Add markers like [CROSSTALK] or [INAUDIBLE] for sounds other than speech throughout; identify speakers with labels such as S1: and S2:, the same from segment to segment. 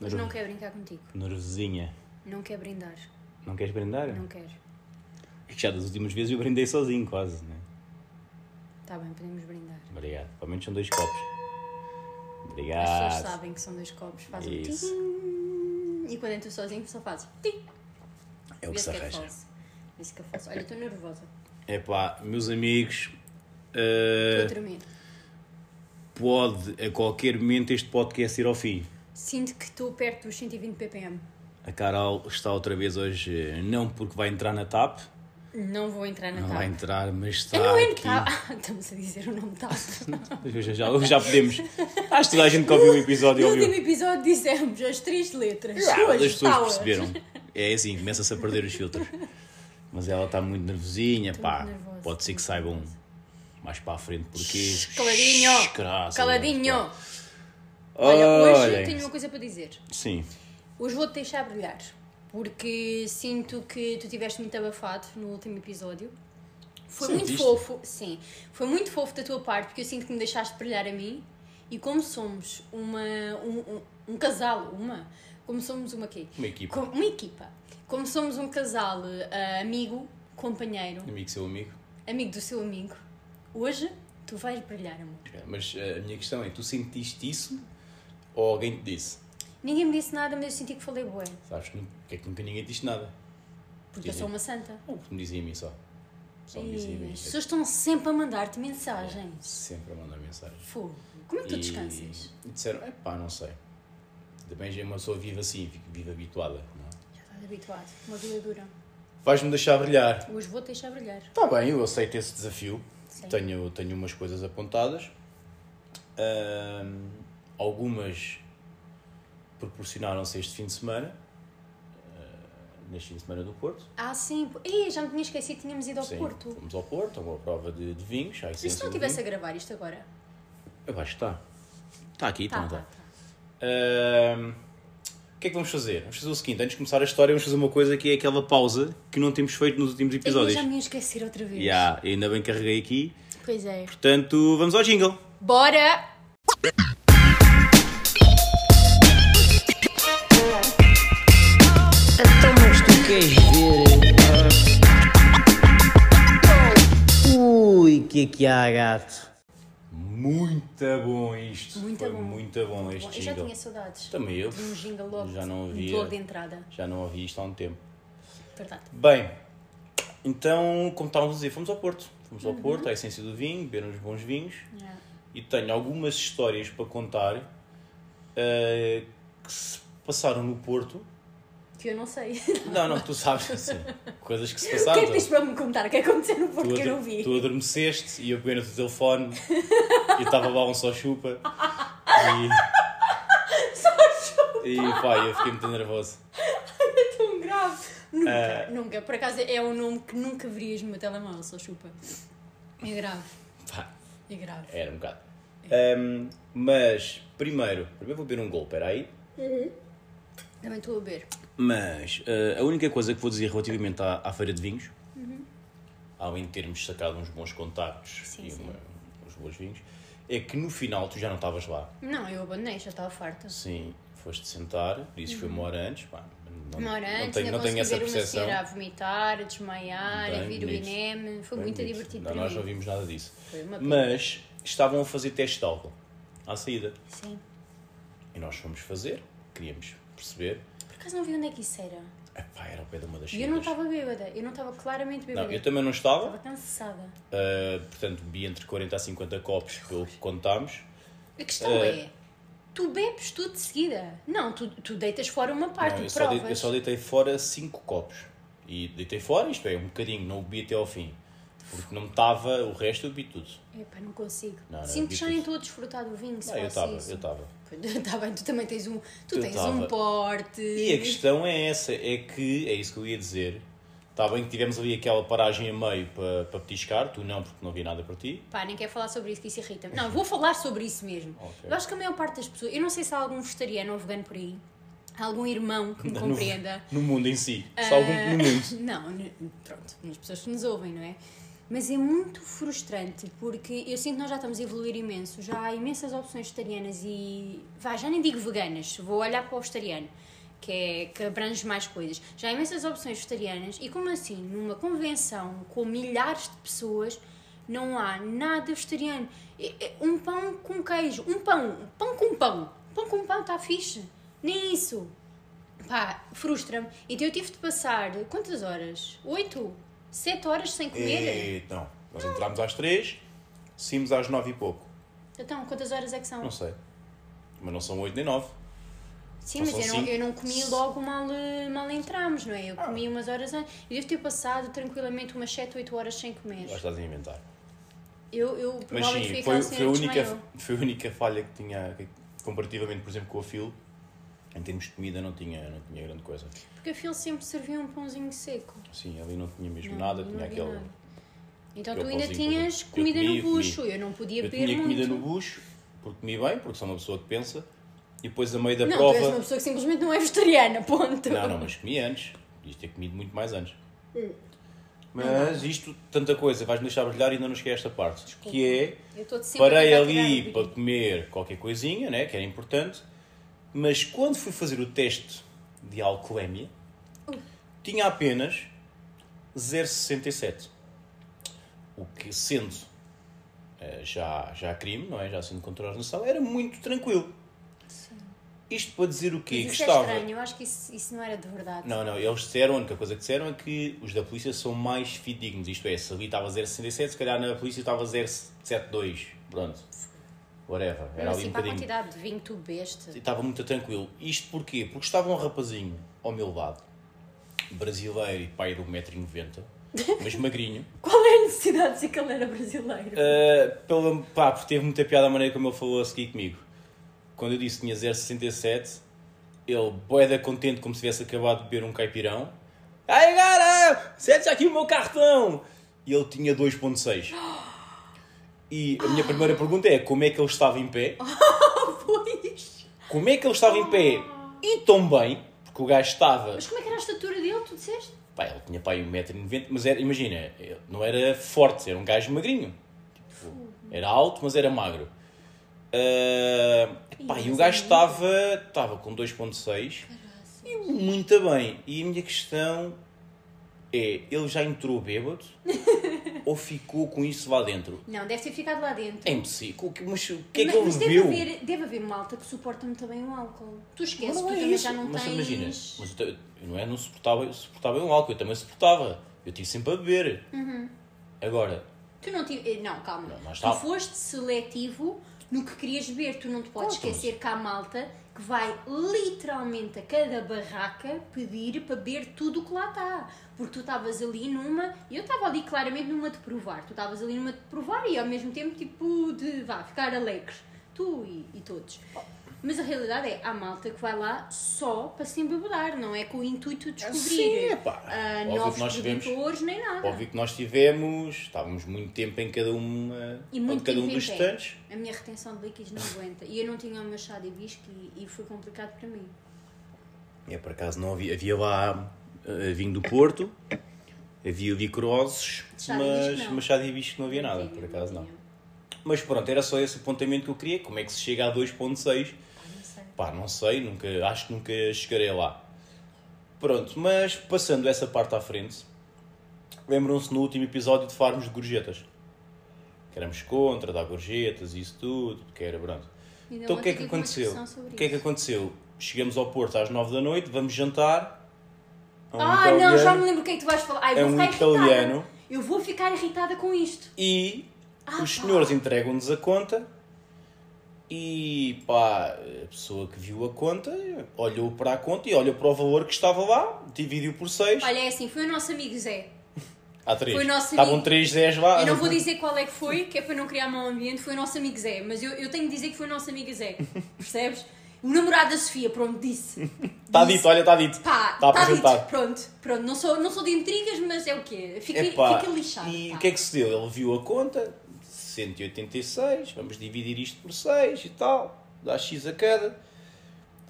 S1: Mas não quer brincar contigo.
S2: Nervosinha.
S1: Não quer brindar.
S2: Não queres brindar?
S1: Não quer.
S2: É que já das últimas vezes eu brindei sozinho, quase, né?
S1: Está Tá bem, podemos brindar.
S2: Obrigado. Pelo menos são dois copos. Obrigado.
S1: As pessoas sabem que são dois copos. Faz um
S2: Ah, Isso.
S1: tim. E quando entro sozinho, só faz tim.
S2: É o que
S1: Vê-se
S2: se
S1: é
S2: arranja.
S1: falso. Vê-se que é falso. Olha, estou
S2: [LAUGHS]
S1: nervosa.
S2: É pá, meus amigos, eh,
S1: Estou a tremer.
S2: pode a qualquer momento este podcast ir ao fim.
S1: Sinto que estou perto dos 120 ppm.
S2: A Carol está outra vez hoje, eh, não porque vai entrar na TAP,
S1: Não vou entrar na
S2: não
S1: TAP.
S2: vai entrar, mas está
S1: Tá. Eu não
S2: aqui.
S1: entro. Ah, [LAUGHS] estamos a dizer o nome TAP.
S2: [LAUGHS] Já, já, já podemos. Acho que toda a gente que ouviu o episódio
S1: No último
S2: ouviu.
S1: episódio dissemos as três letras.
S2: Ah,
S1: Hoje,
S2: As pessoas
S1: power.
S2: perceberam. É assim, começa-se a perder os filtros. Mas ela está muito nervosinha, pá.
S1: muito nervosa,
S2: Pode ser que
S1: muito
S2: saibam mais para a frente porque.
S1: Caladinho!
S2: Graças a Deus,
S1: Caladinho!
S2: pá.
S1: Olha, hoje
S2: Olhem.
S1: tenho uma coisa para dizer.
S2: Sim.
S1: Hoje vou-te deixar brilhar, porque sinto que tu estiveste muito abafado no último episódio. Foi
S2: Sentiste?
S1: muito fofo, sim. Foi muito fofo da tua parte, porque eu sinto que me deixaste brilhar a mim. E como somos uma, um, um, um casal, uma, como somos uma quê?
S2: Uma equipa.
S1: Com- uma equipa. Como somos um casal ah, amigo, companheiro,
S2: Amigo, seu amigo.
S1: amigo do seu amigo, hoje tu vais brilhar, amor.
S2: Mas eh, a minha questão é: tu sentiste isso ou alguém te disse?
S1: Ninguém me disse nada, mas eu senti que falei bué,
S2: Sabes que nunca, que nunca ninguém te disse nada.
S1: porque eu
S2: Sim.
S1: sou uma santa.
S2: Ou que me dizia a mim só. Só me dizia a
S1: E
S2: mim. é
S1: as pessoas estão sempre a mandar-te mensagens.
S2: Sempre a mandar mensagem.
S1: Fogo. Como é que tu descansas?
S2: E disseram, é pá, não sei. Também já é uma pessoa vive assim, fica- vive habituada. não é?
S1: Já estás habituado. Uma vida dura.
S2: Vais-me deixar brilhar.
S1: Hoje vou-te deixar brilhar.
S2: Está Tá bem, eu aceito esse desafio.
S1: Sim.
S2: Tenho, tenho umas coisas apontadas. Ahm, algumas proporcionaram-se este fim de semana. ah, neste fim de semana do Porto.
S1: Ah, sim. pô. Ih, já me tinha esquecido, tínhamos ido ao
S2: Sim,
S1: Porto.
S2: Fomos ao Porto, a uma prova de, de vinhos. à
S1: E
S2: essência
S1: se não
S2: do
S1: estivesse a
S2: vinho.
S1: gravar isto agora?
S2: Eu acho que está. Está aqui, então
S1: Tá,
S2: está.
S1: tá, tá.
S2: Ahm, o que é que vamos fazer? Vamos fazer o seguinte: antes de começar a história, vamos fazer uma coisa que é aquela pausa que não temos feito nos últimos
S1: Eu
S2: episódios.
S1: já me ia esquecer outra vez.
S2: Ya, ainda bem que carreguei aqui.
S1: Pois é.
S2: Portanto, vamos ao jingle.
S1: Bora!
S3: Então, mas tu queres ver? Ui, que é que há, gato?
S2: Muito bom isto.
S1: Muito
S2: Foi
S1: bom.
S2: Muito bom
S1: Bom,
S2: este
S1: eu já
S2: jingle.
S1: tinha saudades.
S2: Também eu.
S1: De um jingle logo.
S2: Já não
S1: de-
S2: havia.
S1: Logo de entrada.
S2: Já não ouvi isto há um tempo.
S1: Verdade.
S2: Bem, então, como estávamos a dizer, fomos ao Porto. Fomos
S1: Uhum.
S2: ao Porto, à essência do vinho, beber uns bons vinhos.
S1: Yeah.
S2: e tenho algumas histórias para contar eh, que se passaram no Porto.
S1: Que eu não sei.
S2: Não, não, tu sabes, [LAUGHS] assim, coisas que se
S1: O que é
S2: passaram.
S1: que tens para me contar? O que aconteceu no
S2: tu,
S1: Porto que eu
S2: ador-
S1: não vi?
S2: tu adormeceste e eu peguei no teu
S1: [LAUGHS]
S2: telefone e estava lá um só chupa. E, e pá, eu fiquei muito nervoso.
S1: É tão grave.
S2: Ah.
S1: Nunca, nunca. Por acaso é um nome que nunca verias no meu telemóvel, só chupa. É grave,
S2: Pá,
S1: é grave.
S2: era um bocado.
S1: É.
S2: Ahm, mas, primeiro, primeiro vou beber um gol, peraí.
S1: Também estou a beber.
S2: Mas eh, a única coisa que vou dizer relativamente à, à feira de vinhos,
S1: Uhum.
S2: além de termos sacado uns bons contactos
S1: Sim,
S2: e
S1: sim.
S2: uma- uns bons vinhos, é que no final tu já não estavas lá.
S1: Não, eu abandonei, já estava farta.
S2: Sim, foste sentar, dizes que foi uma hora antes, pá, não,
S1: Uhum. Uma hora
S2: não
S1: antes,
S2: tenho,
S1: ainda
S2: não tenho
S1: consegui
S2: essa
S1: ver uma
S2: percepção.
S1: senhora a vomitar, a desmaiar, a
S2: Bem
S1: vir o
S2: bonito.
S1: INEM. Foi
S2: Bem
S1: muito
S2: bonito.
S1: divertido
S2: Não,
S1: para
S2: nós
S1: mim.
S2: não vimos nada disso.
S1: Foi uma pena.
S2: Mas estavam a fazer teste de álcool à saída
S1: Sim.
S2: e nós fomos fazer, queríamos perceber.
S1: Por acaso não vi onde é que isso era.
S2: Epá, era o pé de uma das
S1: E eu não
S2: saídas.
S1: estava bêbada, eu não estava claramente
S2: Não,
S1: bêbada.
S2: eu também não estava.
S1: Estava cansada.
S2: Uh, portanto, bebi entre 40 a 50 copos, pelo que contámos.
S1: A questão
S2: Eh.
S1: é, tu bebes tudo de seguida. Não, tu, tu deitas fora uma parte,
S2: Não, eu,
S1: tu
S2: só
S1: provas.
S2: dei- eu só deitei fora 5 copos. E deitei fora, isto é, um bocadinho, não o bebi até ao fim. Porque não me estava, o resto eu bebi tudo.
S1: Epá, não consigo.
S2: Não, não,
S1: Sinto que já
S2: difícil.
S1: nem estou a desfrutar do vinho, se
S2: Não, Ah, eu
S1: faço
S2: estava,
S1: isso.
S2: eu estava.
S1: [LAUGHS] Está bem, tu também tens um. Tu
S2: Eu
S1: tens
S2: tava.
S1: um porte.
S2: E a questão é essa, é que, é isso que eu ia dizer. Está bem que tivemos ali aquela paragem a meio para para petiscar, tu não, porque não vi nada para ti.
S1: Pá, nem quero falar sobre isso, que isso irrita-me. Não, vou falar sobre isso mesmo.
S2: Ok.
S1: Eu acho que a maior parte das pessoas. Eu não sei se há algum vegetariano ou vegano por aí. Há algum irmão que me compreenda. Ah, [LAUGHS]
S2: No, no mundo em si. Se algum no mundo.
S1: Não, n- pronto, as pessoas que nos ouvem, não é? Mas é muito frustrante porque eu sinto que nós já estamos a evoluir imenso. Já há imensas opções vegetarianas e. Vá, já nem digo veganas, vou olhar para o vegetariano, que, é, que abrange mais coisas. Já há imensas opções vegetarianas e, como assim, numa convenção com milhares de pessoas, não há nada vegetariano. É- é Um pão com queijo, um pão, pão com pão, pão com pão está fixe. Nem isso. Pá, frustra-me. Então eu tive de passar quantas horas? Oito? Sete horas sem comer?
S2: E, É, não, nós entramos às três, saímos às nove e pouco.
S1: Então, quantas horas é que são?
S2: Não sei. Mas não são oito nem nove.
S1: Sim, mas
S2: não são
S1: eu não,
S2: cinco. Ah.
S1: eu não comi logo mal, eh, mal entramos, não é? Eu comi umas horas antes. Eu devo ter passado tranquilamente umas 7, 8 horas sem comer.
S2: Já estás a inventar.
S1: Eu, eu
S2: Mas
S1: provavelmente fui
S2: sim,
S1: aquela senhora
S2: foi, foi, a
S1: que
S2: única,
S1: assim desmaiou.
S2: foi a única falha que tinha, que, comparativamente, por exemplo, com a Phil, em termos de comida, não tinha, não tinha grande coisa.
S1: Porque a Phil sempre servia um pãozinho seco.
S2: Sim, ali não tinha mesmo
S1: Não,
S2: nada,
S1: não
S2: tinha
S1: havia
S2: aquele.
S1: nada. Então
S2: Eu um
S1: tu ainda
S2: pãozinho
S1: tinhas
S2: com- eu
S1: comida
S2: comi,
S1: no bucho.
S2: comi.
S1: Eu não podia
S2: Eu
S1: beber
S2: tinha comida
S1: muito.
S2: no bucho, porque comi bem, porque sou uma pessoa que pensa, e depois a meio da
S1: não,
S2: prova.
S1: tu és uma pessoa que simplesmente não é vegetariana, ponto.
S2: Não, não, mas comi antes. Podias ter comido muito mais antes.
S1: Hum.
S2: Mas isto, tanta coisa, vais-me deixar brilhar e ainda não cheguei a esta parte. Que é,
S1: Eu estou-te sempre
S2: parei
S1: a tentar tirar um
S2: ali
S1: o
S2: para
S1: bico.
S2: comer qualquer coisinha, né, que era importante, mas quando fui fazer o teste de alcoolemia,
S1: Uh.
S2: tinha apenas 0,67. O que, sendo eh, já, já crime, não é? Já sendo controlado na sala, era muito tranquilo. Isto para dizer o
S1: Mas
S2: quê?
S1: isso
S2: que
S1: é
S2: estava...
S1: estranho, eu acho que isso, isso não era de verdade.
S2: Não, não, eles disseram, a única coisa que disseram é que os da polícia são mais fidedignos. Isto é, se ali estava 0,67, se calhar na polícia estava 0,72. Pronto. Whatever. Era
S1: Mas
S2: ali um
S1: assim, para a
S2: bocadinho.
S1: quantidade de vinho que tu beste.
S2: E Estava muito tranquilo. Isto porquê? Porque estava um rapazinho ao meu lado, brasileiro e pai de 1,90m,
S1: [LAUGHS]
S2: mas magrinho.
S1: Qual é a necessidade de dizer que ele era brasileiro? [LAUGHS]
S2: Uh, pela, pá, porque teve muita piada a maneira como ele falou a seguir comigo. Quando eu disse que tinha 0,67, ele boeda contente como se tivesse acabado de beber um caipirão. Ai, cara, sente aqui o meu cartão! E ele tinha 2,6. E a minha primeira pergunta é como é que ele estava em pé?
S1: Pois.
S2: Como é que ele estava em pé e tão bem, porque o gajo estava
S1: Mas como é que era a estatura dele, tu disseste?
S2: Pá, ele tinha pá, aí 1,90m, mas era, imagina, ele não era forte, era um gajo magrinho. Tipo, era alto, mas era magro. Ah, pá,
S1: Ih,
S2: e o
S1: mas
S2: gajo
S1: é
S2: estava, estava com 2,6 e muito bem. E a minha questão é: ele já entrou [LAUGHS] bêbado ou ficou com isso lá dentro?
S1: Não, deve ter ficado lá dentro.
S2: É impossível. O que- Mas o que é
S1: mas
S2: que ele
S1: mas deve,
S2: bebeu?
S1: haver, deve haver malta que suporta muito bem o álcool. Tu esqueces,
S2: Mas
S1: tu
S2: não é
S1: também
S2: isso.
S1: já não
S2: mas
S1: tens...
S2: imagina, mas eu, te- eu não é não suportava, eu suportava um álcool, eu também suportava. Eu tive sempre a beber.
S1: Uhum.
S2: Agora,
S1: Tu não tive... eh, Não, calma.
S2: Não, nós
S1: tu
S2: tá-
S1: foste seletivo no que querias beber. Tu não te podes
S2: Claro,
S1: esquecer que há malta que vai literalmente a cada barraca pedir para beber tudo o que lá está. Porque tu estavas ali numa... Eu estava ali claramente numa de provar. Tu estavas ali numa de provar e ao mesmo tempo tipo de... Vá, ficar alegre. Tu e, e todos. Mas a realidade é, há malta que vai lá só para se embebedar, não é com o intuito de descobrir
S2: Ah, sim, epá.
S1: ah,
S2: Óbvio que
S1: novos
S2: nós tivemos-
S1: produtores, nem nada.
S2: Óbvio que nós tivemos, estávamos muito tempo em cada uma,
S1: E muito
S2: em cada um
S1: tempo em
S2: dos
S1: pé.
S2: estantes.
S1: A minha retenção de líquidos não aguenta. E eu não tinha o meu chá de hibisco e, e foi complicado para mim.
S2: É, por acaso não havia, havia lá eh, vinho do Porto, havia licrozes,
S1: Chá de
S2: mas,
S1: hibisco não.
S2: mas chá de hibisco não havia nada,
S1: tinha,
S2: por acaso não.
S1: tinha.
S2: Mas pronto, era só esse apontamento que eu queria, como é que se chega a 2.6? Pá, não sei, nunca, acho que nunca chegarei lá. Pronto, mas passando essa parte à frente, lembram-se no último episódio de farmos de gorjetas. Que éramos contra, dar gorjetas e isso tudo, porque era pronto.
S1: Ainda
S2: Então o que é
S1: ontem
S2: que
S1: tive uma
S2: aconteceu?
S1: discussão sobre
S2: O que é que
S1: isso.
S2: aconteceu? Chegamos ao Porto às 9 da noite, vamos jantar. a um
S1: Ah, não, já
S2: italiano
S1: me lembro o que é que tu vais falar. Ai,
S2: É
S1: vou
S2: um
S1: ficar
S2: italiano.
S1: irritada. Eu vou ficar irritada com isto.
S2: E
S1: Ah,
S2: os senhores entregam-nos a conta. E pá, a pessoa que viu a conta olhou para a conta e olhou para o valor que estava lá, dividiu por 6.
S1: Olha, é assim, foi o nosso amigo Zé.
S2: Há 3.
S1: foi o nosso
S2: Estavam
S1: amigo.
S2: 3 10 lá.
S1: Eu não vou dizer qual é que foi, que é para não criar mau ambiente, foi o nosso amigo Zé, mas eu, eu tenho de dizer que foi o nosso amigo
S2: [LAUGHS]
S1: Zé, percebes? O namorado da Sofia, pronto, disse.
S2: Está
S1: Disse.
S2: dito, olha, está dito.
S1: Pá,
S2: Está
S1: está
S2: apresentado.
S1: dito, pronto, pronto, não sou, não sou de intrigas, mas é o quê? Fica,
S2: Epá,
S1: fica lixado.
S2: E
S1: pá.
S2: o que é que se deu? Ele viu a conta, 186, vamos dividir isto por 6 e tal, dá X a cada.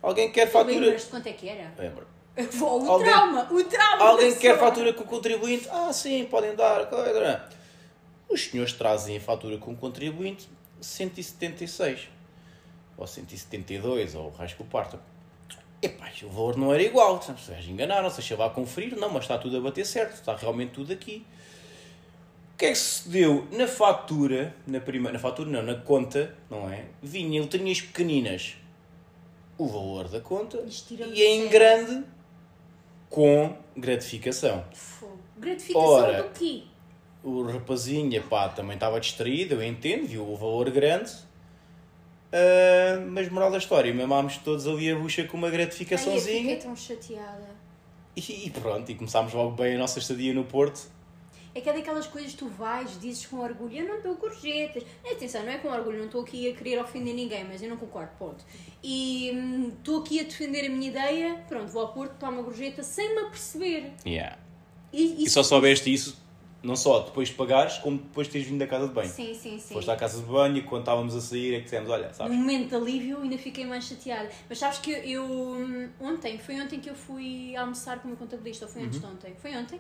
S2: Alguém quer fatura?
S1: Lembras-te quanto é que era?
S2: Lembro.
S1: [LAUGHS] Vó, o
S2: Alguém-
S1: trauma, o trauma!
S2: Alguém
S1: da
S2: quer
S1: senhora.
S2: fatura com o contribuinte? Ah, sim, podem dar. qual é, qual é. os senhores trazem a fatura com o contribuinte 176 ou 172 ou o resto que o parta. Epá, o valor não era igual, portanto, vocês enganaram-se, achei lá a conferir, não, mas está tudo a bater certo, está realmente tudo aqui. O que é que se deu na fatura, na primeira, na fatura não, na conta, não é? Vinha letrinhas pequeninas o valor da conta
S1: Isto tira-me
S2: e em
S1: sério.
S2: grande com gratificação.
S1: Fogo. Gratificação
S2: Ora.
S1: do quê?
S2: O rapazinho, epá, também estava distraído, eu entendo, viu o valor grande. Ah, mas moral da história, mamámos todos ali a bucha com uma
S1: Ai, eu
S2: gratificaçãozinha
S1: fiquei tão chateada.
S2: e, e pronto, e começámos logo bem a nossa estadia no Porto.
S1: É que é daquelas coisas que tu vais, dizes com orgulho, eu não dou gorjetas. Atenção, não é com orgulho, não estou aqui a querer ofender ninguém, mas eu não concordo, ponto. E hum, estou aqui a defender a minha ideia, pronto, vou ao Porto, tomo a gorjeta sem me aperceber. E,
S2: E só soubeste isso, não só depois de pagares, como depois de teres vindo da casa de banho.
S1: Sim, sim, sim.
S2: Foste à casa de banho e quando estávamos a sair é que dissemos, olha,
S1: No
S2: sabes,
S1: um momento de alívio ainda fiquei mais chateada. Mas sabes que eu, eu, hum, ontem, foi ontem que eu fui almoçar com o meu contabilista, ou foi antes
S2: Uhum.
S1: de ontem? Foi ontem.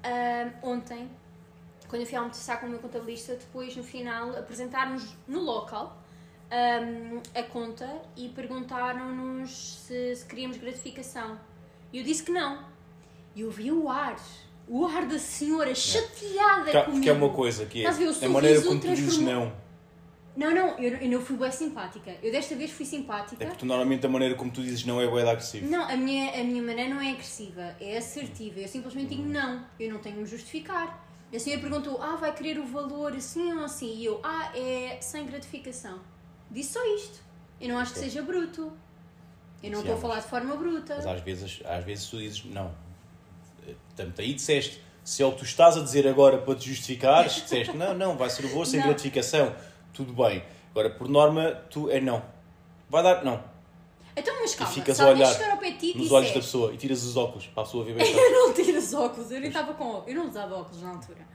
S1: Ahm, ontem, quando eu fui almoçar com o meu contabilista, depois no final apresentaram-nos no local ahm, a conta e perguntaram-nos se, se queríamos gratificação. E eu disse que não. E eu vi o ar, o ar da senhora chateada
S2: Cá-
S1: comigo.
S2: porque é uma coisa que é,
S1: Estás a ver, o
S2: a maneira
S1: sorriso
S2: como tu dizes
S1: transformou-
S2: não.
S1: Não, não, eu, eu não fui bem simpática. Eu desta vez fui simpática.
S2: É porque tu normalmente a maneira como tu dizes não é bué de agressivo.
S1: Não, a minha, a minha maneira não é agressiva, é assertiva. Eu simplesmente digo não, eu não tenho de me justificar. A senhora perguntou, ah, vai querer o valor assim ou assim? E eu, ah, é sem gratificação. Disse só isto. Eu não acho que
S2: Ok.
S1: seja bruto. Eu não estou a
S2: Sim, mas-
S1: falar de forma bruta.
S2: Mas às vezes, às vezes tu dizes não. Portanto, aí disseste, se é o que tu estás a dizer agora para te justificares, disseste não, não, vai ser o voo sem
S1: Não.
S2: gratificação. Tudo bem. Agora, por norma, tu é não. Vai dar, não.
S1: Então, mas calma,
S2: e ficas
S1: se
S2: a
S1: alguém
S2: olhar
S1: chegar ao pé de ti e
S2: nos olhos da
S1: disser,
S2: pessoa e tiras os óculos para a pessoa ver bem.
S1: [LAUGHS]
S2: Então,
S1: eu não tiro os óculos, eu nem estava com óculos, eu não usava óculos na altura.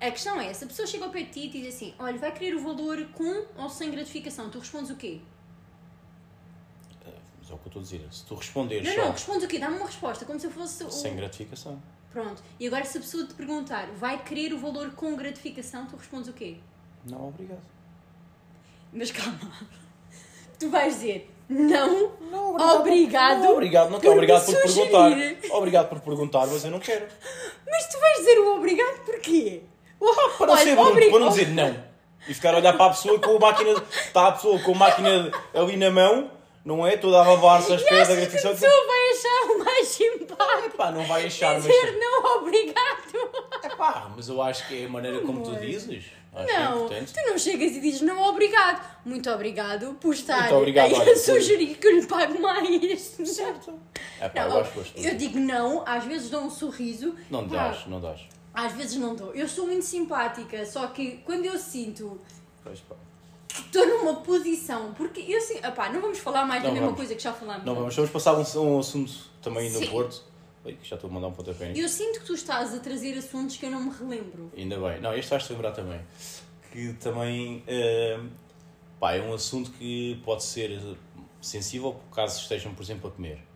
S1: A questão é, se a pessoa chega ao pé de ti e diz assim, olha, vai querer o valor com ou sem gratificação, tu respondes o quê?
S2: Mas é o que eu estou a dizer. Se tu responderes
S1: Não, não,
S2: só
S1: respondes o quê? Dá-me uma resposta, como se eu fosse o...
S2: sem gratificação,
S1: Pronto. E agora se a pessoa te perguntar, vai querer o valor com gratificação, tu respondes o quê?
S2: não, obrigado.
S1: Mas calma. Tu vais dizer, não,
S2: obrigado.
S1: obrigado.
S2: tá Não, obrigado, não quero.
S1: me
S2: Obrigado por
S1: sugerir.
S2: perguntar. Obrigado por perguntar, mas eu não quero.
S1: Mas tu vais dizer o obrigado porquê?
S2: Para
S1: Olha,
S2: ser bruto,
S1: obri-
S2: para não dizer não. E ficar a olhar para a pessoa com a máquina. Está a pessoa com a máquina ali na mão, não é? Toda a babar-se as
S1: E
S2: pedras
S1: achas que
S2: da
S1: a
S2: gratificação.
S1: pessoa vai achar o mais simpático
S2: Epá, não vai achar, Ah, mas.
S1: dizer não, obrigado?
S2: Epá, mas eu acho que é a maneira como tu
S1: Amor.
S2: dizes. Acho que é
S1: Não,
S2: importante.
S1: tu não chegas e dizes não, obrigado. Muito obrigado por estar
S2: Muito obrigado,
S1: aí
S2: olha,
S1: a
S2: por-
S1: sugerir que eu lhe pago mais.
S2: Certo. Epá,
S1: Não,
S2: É eu gosto gosto.
S1: eu digo não, às vezes dou um sorriso.
S2: Não
S1: Pá,
S2: dás, não dás.
S1: Às vezes não dou. Eu sou muito simpática, só que quando eu sinto
S2: Pois, pá.
S1: que estou numa posição, porque eu sinto. Opá, não vamos falar mais
S2: Não
S1: da mesma
S2: vamos.
S1: coisa que já falámos.
S2: Não, vamos, vamos passar um, um assunto também no
S1: Sim.
S2: Porto. Oi, que já estou a mandar um pontapé.
S1: Eu sinto que tu estás a trazer assuntos que eu não me relembro.
S2: Ainda bem. Não, este vais-te lembrar também. Que também ehm, pá, é um assunto que pode ser eh, sensível caso estejam, por exemplo, a comer.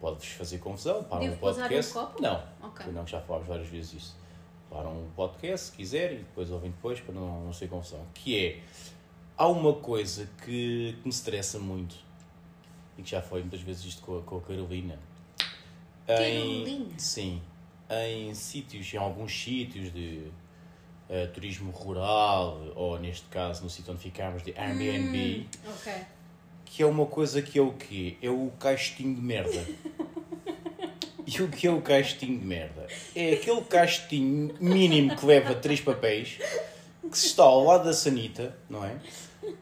S2: Pode-vos fazer confusão, param
S1: Devo
S2: o
S1: pousar
S2: podcast.
S1: um copo?
S2: Não,
S1: Ok.
S2: não que já falámos várias vezes isso. Param o podcast se quiser e depois ouvem depois para não, não ser confusão. Que é, há uma coisa que, que me estressa muito e que já foi muitas vezes isto com a, com a Carolina.
S1: Carolina?
S2: Em, sim. Em sítios, em alguns sítios de eh, turismo rural, ou neste caso no sítio onde ficámos, de Airbnb,
S1: Ok.
S2: que é uma coisa que é o quê? É o castinho de merda. e o que é o castinho de merda? É aquele castinho mínimo que leva três papéis, que se está ao lado da sanita, não é?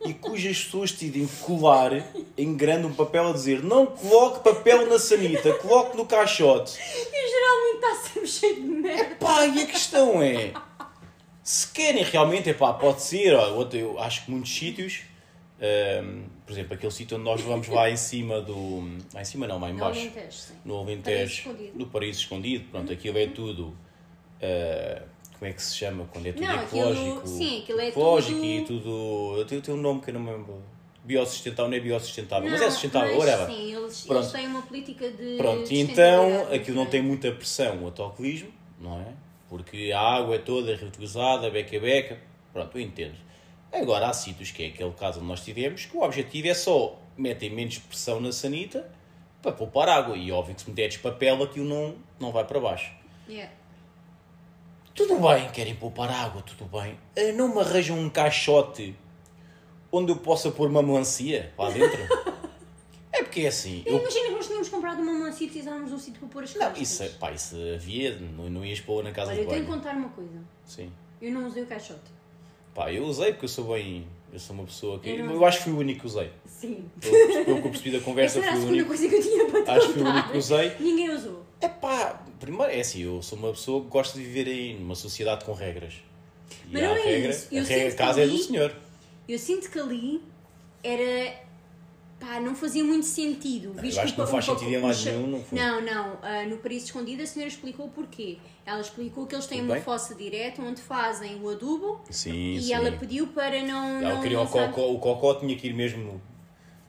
S2: E cujas pessoas decidem colar em grande um papel a dizer não coloque papel na sanita, coloque no caixote.
S1: Eu geralmente está sempre cheio de merda.
S2: Pá, e a questão é: se querem realmente, é pá, pode ser, ó, outro, eu acho que muitos sítios, hum, por exemplo, aquele sítio onde nós vamos lá em cima do. Lá em cima não, lá em baixo.
S1: Aumenta este, sim.
S2: No
S1: Paraíso
S2: Alentejo,
S1: Escondido. Uhum.
S2: no Paraíso Escondido, pronto, aquilo é tudo. uh, como é que se chama? Quando é tudo
S1: Não, aquilo-
S2: ecológico.
S1: sim, aquilo é
S2: ecológico
S1: tudo-
S2: e tudo. Eu tenho, tenho um nome que eu não me lembro. Biosustentável, não é biosustentável, mas é
S1: Não, mas
S2: sustentável, whatever.
S1: Sim, eles,
S2: Pronto.
S1: eles têm uma política de.
S2: Pronto, e
S1: sustentabilidade
S2: então
S1: muito
S2: aquilo não
S1: grande.
S2: tem muita pressão, o autocolismo, não é? Porque a água é toda reutilizada, beca a beca. Pronto, eu entendo. Agora, há sítios que é aquele caso onde nós tivemos que o objetivo é só metem menos pressão na sanita para poupar água. E óbvio que se meteres papel aquilo não, não vai para baixo.
S1: Yeah.
S2: Tudo bem, querem poupar água, tudo bem. Eh, Não me arranjam um caixote onde eu possa pôr uma melancia lá dentro? é porque é assim. eu-
S1: Imagina que nós tínhamos comprado uma melancia e precisávamos de um sítio para pôr as
S2: Não,
S1: castas.
S2: isso, é, pá, isso havia, não, não ias pôr na casa
S1: Olha,
S2: de
S1: eu tenho
S2: banho.
S1: que contar uma coisa.
S2: Sim.
S1: Eu não usei o caixote.
S2: Pá, eu usei porque eu sou bem. Eu sou uma pessoa que.
S1: Eu
S2: Eu,
S1: não
S2: acho que fui o único que usei.
S1: Sim.
S2: Pelo pelo que eu
S1: [LAUGHS]
S2: percebi da
S1: Essa
S2: conversa,
S1: era a
S2: fui o
S1: segunda
S2: único.
S1: coisa que eu tinha para te
S2: Acho que fui o
S1: contar.
S2: único que usei.
S1: Ninguém usou.
S2: É pá, primeiro, é assim, eu sou uma pessoa que gosta de viver aí numa sociedade com regras. E
S1: Mas
S2: há
S1: não é
S2: regra,
S1: isso. Eu
S2: a regra
S1: sinto
S2: de
S1: que
S2: casa é do
S1: ali-
S2: senhor.
S1: Eu sinto que ali era. pá, não fazia muito sentido. visto
S2: acho que não
S1: o-
S2: faz
S1: o-
S2: sentido em
S1: o-
S2: mais
S1: o-
S2: nenhum, não foi.
S1: um Não, não. Ah, no Paris Escondido a senhora explicou o porquê. Ela explicou que eles têm
S2: Tudo
S1: uma
S2: bem.
S1: fossa direta onde fazem o adubo
S2: Sim,
S1: e
S2: sim.
S1: ela pediu para não.
S2: Ela
S1: não
S2: queria o
S1: usar-
S2: cocó, o cocó tinha que ir mesmo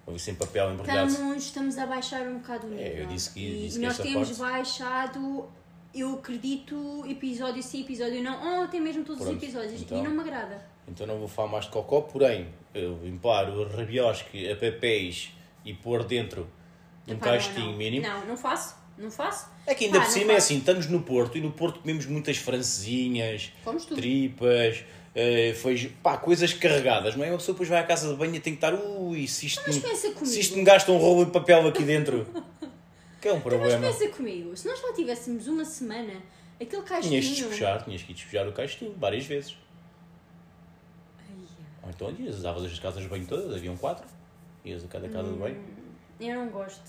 S2: no, sem papel embrulhado.
S1: Estamos, estamos a baixar um bocado o nível.
S2: É, eu disse que-
S1: e
S2: disse que
S1: nós
S2: esta
S1: temos
S2: parte-
S1: baixado, eu acredito, episódio sim, episódio não, ou até mesmo todos
S2: Pronto,
S1: os episódios.
S2: então.
S1: E não me agrada.
S2: Então não vou falar mais de cocó, porém, eu limpar o rabiosque a papéis e pôr dentro um
S1: Epá,
S2: castinho
S1: não, não.
S2: mínimo.
S1: Não, não faço, não faço.
S2: É que ainda
S1: Pá,
S2: por
S1: não
S2: cima é
S1: faço.
S2: assim, estamos no Porto e no Porto comemos muitas francesinhas,
S1: Comes tudo.
S2: tripas, eh, feijo, pá, coisas carregadas, não é? Uma pessoa depois vai à casa de banho e tem que estar, ui, se isto,
S1: Mas
S2: me,
S1: pensa comigo.
S2: se isto me gasta um rolo de papel
S1: [LAUGHS]
S2: aqui dentro, que é
S1: Então,
S2: um
S1: Mas
S2: problema.
S1: pensa comigo, se nós lá tivéssemos uma semana, aquele caixinho.
S2: Tinhas de despejar, tinhas que ir despejar o castinho várias vezes. Ou então ias, usavas as casas de banho todas, haviam quatro, ias a cada
S1: Hum.
S2: casa de banho.
S1: Eu não gosto.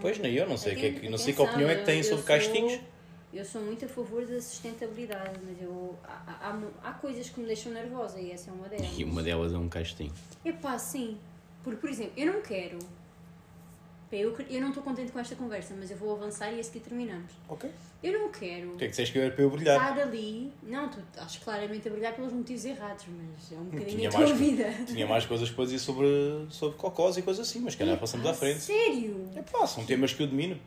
S2: Pois nem eu, não sei, o que é que,
S1: Aten-
S2: não sei que opinião é que
S1: atenção,
S2: têm
S1: eu-
S2: sobre
S1: eu
S2: castinhos.
S1: sou- Eu sou muito a favor da sustentabilidade, mas eu, há, há- há mu- há coisas que me deixam nervosa e essa é uma delas.
S2: E uma delas é um castinho.
S1: Epá, sim. Porque, por exemplo, eu não quero. Pá, Eu, cre- eu não estou contente com esta conversa, mas eu vou avançar e a seguir terminamos.
S2: Ok.
S1: Eu não quero
S2: O que é que disseste que eu era para eu brilhar?
S1: estar ali. Não, tu estás claramente a brilhar pelos motivos errados, mas é um bocadinho
S2: Tinha
S1: a tua
S2: mais, um
S1: vida.
S2: tinha mais coisas para dizer sobre, sobre cocós e coisas assim, mas se calhar passamos à
S1: Ah,
S2: frente.
S1: Sério?
S2: É pá, são temas que eu domino.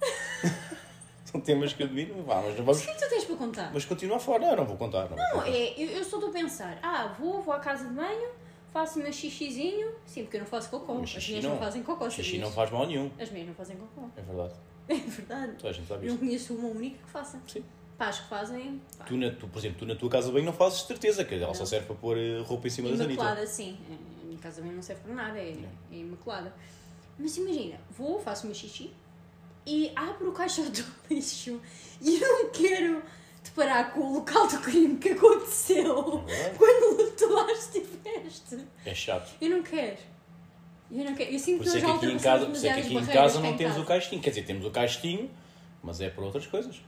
S2: [LAUGHS] são temas que eu domino, vá, mas não
S1: O
S2: vamos.
S1: que é que tu tens para contar?
S2: Mas continua fora, não, não vou contar. Não, vou
S1: Não,
S2: contar.
S1: é, eu, eu sou do pensar, ah, vou, vou à casa de banho, faço o meu xixizinho, sim, porque eu não faço cocô,
S2: Mas
S1: as
S2: xixi
S1: minhas
S2: não.
S1: não, é fazem cocô,
S2: Xixi
S1: sabias?
S2: não faz mal nenhum,
S1: As minhas não fazem cocô, [LAUGHS]
S2: é verdade.
S1: é verdade.
S2: Toda a gente sabe
S1: Eu não
S2: isso.
S1: conheço uma única que faça.
S2: Sim.
S1: Pá, as que fazem, pá,
S2: Tu, na, tu, por exemplo, tu na tua casa bem não fazes de certeza, que ela só serve para pôr eh, roupa em cima da sanita.
S1: imaculada, sim. A minha casa de banho não serve para nada, é, é imaculada. Mas imagina, vou, faço o meu xixi e abro o caixote [LAUGHS] do lixo e eu não quero deparar com o local do crime que aconteceu
S2: verdade.
S1: quando tu lá estiveste.
S2: É chato.
S1: Eu não quero. Eu não quero. Eu sinto
S2: Por
S1: que
S2: isso é
S1: nós já
S2: que aqui em
S1: ultrapassamos
S2: casa, por isso é
S1: demasiadas
S2: que aqui em
S1: barreiras
S2: casa
S1: cá
S2: não
S1: em
S2: temos o
S1: casa.
S2: castinho. Quer dizer, temos o castinho, mas é para outras coisas.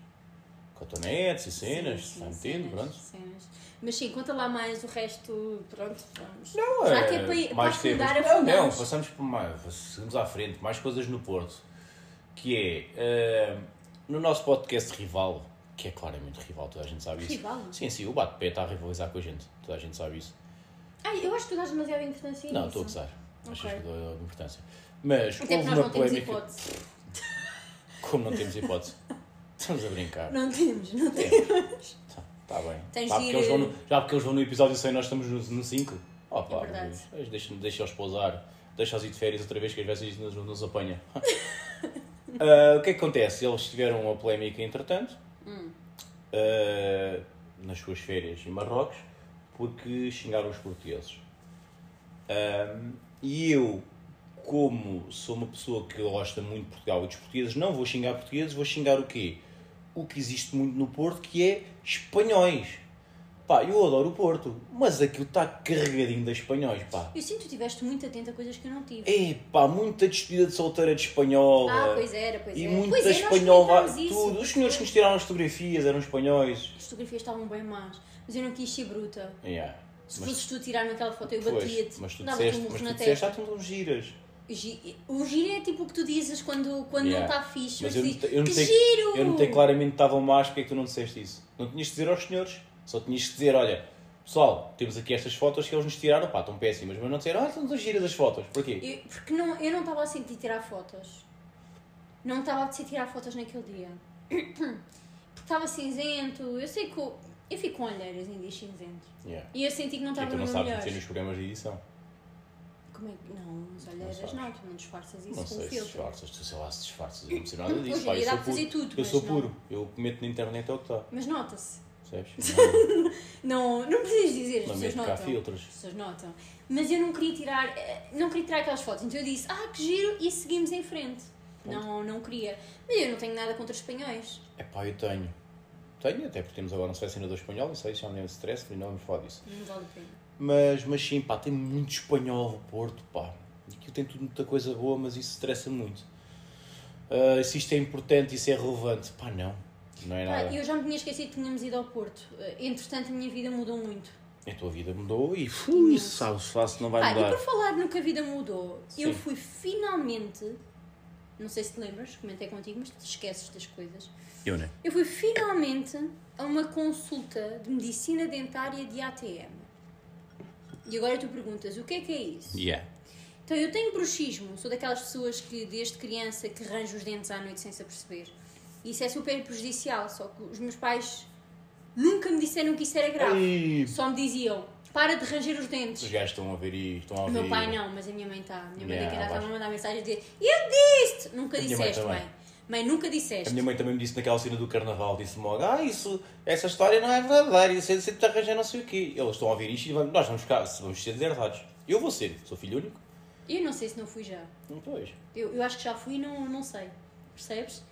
S2: Cotonetes e cenas,
S1: Sim, sim,
S2: está metido,
S1: cenas,
S2: pronto.
S1: cenas. Mas sim, conta lá mais o resto. Pronto, vamos.
S2: Não,
S1: já
S2: é,
S1: até para,
S2: mais
S1: para afundar,
S2: temas. Não, não,
S1: afundamos.
S2: passamos por mais, seguimos à frente, mais coisas no Porto. Que é, ah, no nosso podcast rival, que é claramente rival, toda a gente sabe
S1: Rival?
S2: isso. Sim, sim, o Bate-Pé está a rivalizar com a gente, toda a gente sabe isso.
S1: Ai, eu acho que tu dás demasiada importância a
S2: Não,
S1: É isso.
S2: estou a gozar, achas
S1: Ok.
S2: que eu dou importância. Mas
S1: Até
S2: houve
S1: porque nós
S2: uma
S1: não temos
S2: polémica,
S1: hipótese.
S2: como não temos hipótese, [LAUGHS] estamos a brincar.
S1: Não temos,
S2: É.
S1: não temos.
S2: Tá, tá bem.
S1: Tens
S2: já,
S1: de
S2: porque
S1: ir-
S2: eles vão no, já porque eles vão no episódio 100 nós estamos no 5. Oh, pá,
S1: É verdade.
S2: mas Deixa, deixa-os pousar. Deixa-os ir de férias outra vez que às vezes nos,
S1: [LAUGHS]
S2: nos apanha. Ah, o que é que acontece? Eles tiveram uma polémica entretanto.
S1: Hum.
S2: ah, nas suas férias em Marrocos. Porque xingaram os portugueses. Ah, e eu, como sou uma pessoa que gosta muito de Portugal e dos portugueses, não vou xingar portugueses, vou xingar o quê? O que existe muito no Porto, que é espanhóis. Pá, eu adoro o Porto, mas aquilo está carregadinho de espanhóis, pá.
S1: Eu sinto que tu estiveste muito atento a coisas que eu não tive.
S2: É, pá, muita despedida de solteira de espanhola.
S1: Ah, pois era, pois
S2: E
S1: era.
S2: muita
S1: pois é, nós
S2: espanhola,
S1: comentámos isso,
S2: tudo. Os
S1: porque
S2: senhores que nos tiraram as fotografias eram espanhóis.
S1: As fotografias estavam bem más, mas eu não quis ser bruta.
S2: Yeah.
S1: Se
S2: Mas,
S1: fosses tu tirar-me aquela foto, eu
S2: pois,
S1: batia-te.
S2: mas tu
S1: dava-te
S2: disseste,
S1: um
S2: mas
S1: murro
S2: tu
S1: na testa.
S2: disseste, ah, tu não giras.
S1: Gi- O giro é tipo o que tu dizes quando, quando
S2: Yeah.
S1: não está fixe.
S2: Mas
S1: Mas
S2: eu não,
S1: dizes,
S2: te- eu não
S1: que
S2: tenho,
S1: giro!
S2: eu não tenho claramente que estavam más, porque é que tu não disseste isso? Não tinhas de dizer aos senhores, só tinhas de dizer, olha, pessoal, temos aqui estas fotos que eles nos tiraram, pá, estão péssimas, mas não disseram, ah, estão giras as fotos, porquê?
S1: Eu- porque não, eu não estava a [CLEARS THROAT] sentir tirar fotos. Não estava a sentir tirar fotos naquele dia. estava cinzento. Eu sei que. o- Eu fico com olheiras em dias cinzentos.
S2: Yeah.
S1: E eu senti que não
S2: E
S1: estava
S2: tu
S1: no
S2: não
S1: meu
S2: sabes
S1: melhor.
S2: meter nos programas de edição.
S1: Como é que. Não, as olheiras
S2: sabes.
S1: não, tu não disfarças isso
S2: Não
S1: com
S2: sei se
S1: filtro.
S2: disfarças, tu sei lá se disfarças, eu não sei nada disso.
S1: Hoje em
S2: pá,
S1: dia
S2: eu
S1: dá
S2: sou
S1: para fazer
S2: puro.
S1: tudo,
S2: Eu
S1: mas
S2: sou
S1: não.
S2: puro, eu meto na internet é o que está,
S1: Mas nota-se.
S2: percebes? Não,
S1: Não, não precisas dizer, as
S2: não
S1: pessoas
S2: meto cá
S1: notam.
S2: filtros.
S1: As pessoas notam. Mas eu não queria tirar, eh, não queria tirar aquelas fotos. Então eu disse, ah, que giro, e seguimos em frente. Não, não queria. Mas eu não tenho nada contra os espanhóis.
S2: É pá, eu tenho. Tenho, até porque temos agora um selecionador espanhol, não sei se já me deu stress, falei, não vamos falar disso.
S1: Não vale a pena.
S2: Mas, mas sim, pá, tem muito espanhol no Porto, pá. Aquilo tem tudo muita coisa boa, mas isso estressa muito. Ah, se isto é importante, isso é relevante, pá, não. Não é
S1: Pá,
S2: nada.
S1: Ah, eu já me tinha esquecido que tínhamos ido ao Porto. Eh, Entretanto, a minha vida mudou muito.
S2: A tua vida mudou e fui,
S1: Imenso.
S2: sabes lá se não vai
S1: Pá, e
S2: mudar.
S1: por falar no que a vida mudou, eu
S2: Sim.
S1: fui finalmente. Não sei se te lembras, comentei contigo, mas te esqueces das coisas.
S2: Eu, né?
S1: Eu fui finalmente a uma consulta de medicina dentária de ATM. E agora tu perguntas, o que é que é isso?
S2: Yeah.
S1: Então, eu tenho bruxismo, sou daquelas pessoas que desde criança que arranjo os dentes à noite sem se aperceber. Isso é super prejudicial, só que os meus pais nunca me disseram que É isso era grave.
S2: Ei.
S1: Só me diziam, para de ranger os
S2: Os
S1: dentes.
S2: gajos estão a ver e estão a
S1: O
S2: ouvir.
S1: meu pai não, mas a minha mãe está. A minha mãe
S2: Yeah,
S1: daqui a nada
S2: vais.
S1: estava a mandar mensagem e dizer, eu disse Nunca
S2: A minha mãe
S1: disseste,
S2: também.
S1: mãe. Mãe, nunca
S2: A
S1: disseste.
S2: minha mãe também me disse naquela cena do carnaval, disse-me logo, ah, isso, essa história não é verdadeira, isso é de te arranjar não sei o quê. Eles estão a ouvir isto e vamos, nós vamos ficar, vamos ser deserdados. Eu vou ser, sou filho único.
S1: Eu não sei se não fui já.
S2: Não, Pois.
S1: Eu, eu acho que já fui e não, não sei, percebes?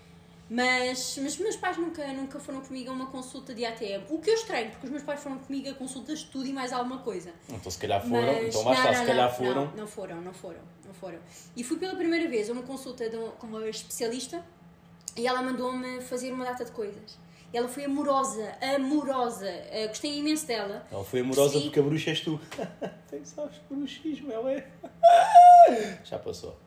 S1: Mas, mas meus pais nunca, nunca foram comigo a uma consulta de ATM. O que eu estranho, porque os meus pais foram comigo a consultas de tudo e mais alguma coisa.
S2: Então se calhar foram,
S1: Mas-
S2: então lá
S1: não,
S2: está,
S1: não,
S2: se calhar
S1: não,
S2: foram.
S1: Não, não foram, não foram, não foram. E fui pela primeira vez a uma consulta de um- com uma especialista e ela mandou-me fazer uma data de coisas. E Ela foi amorosa, amorosa. eh, gostei imenso dela.
S2: Ela foi amorosa
S1: Sim.
S2: porque a bruxa és tu. [LAUGHS] Tem sabes bruxismo, ela é. [LAUGHS] Já passou.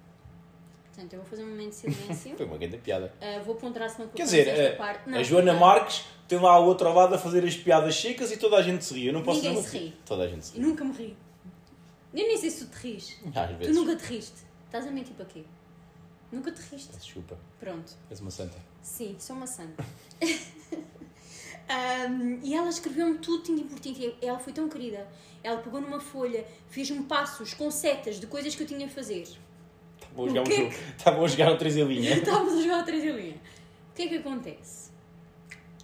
S1: Portanto, eu vou fazer um momento de silêncio.
S2: [LAUGHS] Foi uma grande piada.
S1: Eh, vou ponderar se não
S2: Quer dizer, eh,
S1: esta
S2: a,
S1: parte.
S2: a
S1: Não,
S2: Joana
S1: não.
S2: Marques tem lá o outro lado a fazer as piadas secas e toda a gente se ri. Eu não posso
S1: Ninguém
S2: dizer-
S1: se ri.
S2: Toda a gente se
S1: Eu
S2: ri.
S1: nunca me ri. Eu nem sei se tu te ris.
S2: Às
S1: Tu
S2: vezes.
S1: nunca te riste. Estás a mentir para quê? Nunca te riste.
S2: Desculpa,
S1: Pronto.
S2: és uma santa.
S1: Sim, sou uma santa. [LAUGHS] Ahm, e ela escreveu-me tudo tintim por tintim. Ela foi tão querida. Ela pegou numa folha, fez-me passos com setas de coisas que eu tinha a fazer.
S2: Vou
S1: O
S2: jogar um
S1: que é
S2: jogo. Tá bom a jogar o 3 em linha.
S1: [LAUGHS] Estávamos a jogar outra linha. O que é que acontece?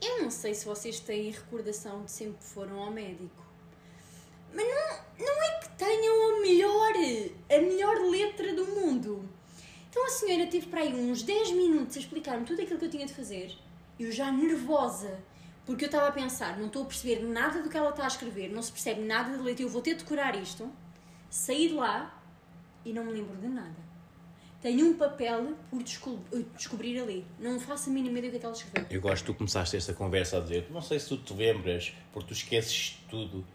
S1: Eu não sei se vocês têm recordação de sempre que foram ao médico. Mas não, não é que tenham a melhor, a melhor letra do mundo. Então a senhora teve para aí uns 10 minutos a explicar-me tudo aquilo que eu tinha de fazer. Eu já nervosa. Porque eu estava a pensar, não estou a perceber nada do que ela está a escrever, não se percebe nada de letra, eu vou ter de decorar isto. Saí de lá e não me lembro de nada. Tenho um papel por desco- descobrir ali. Não faço a mínima ideia do que é que ela escreveu.
S2: Eu gosto que tu começaste esta conversa a dizer, não sei se tu te lembras, porque tu esqueces tudo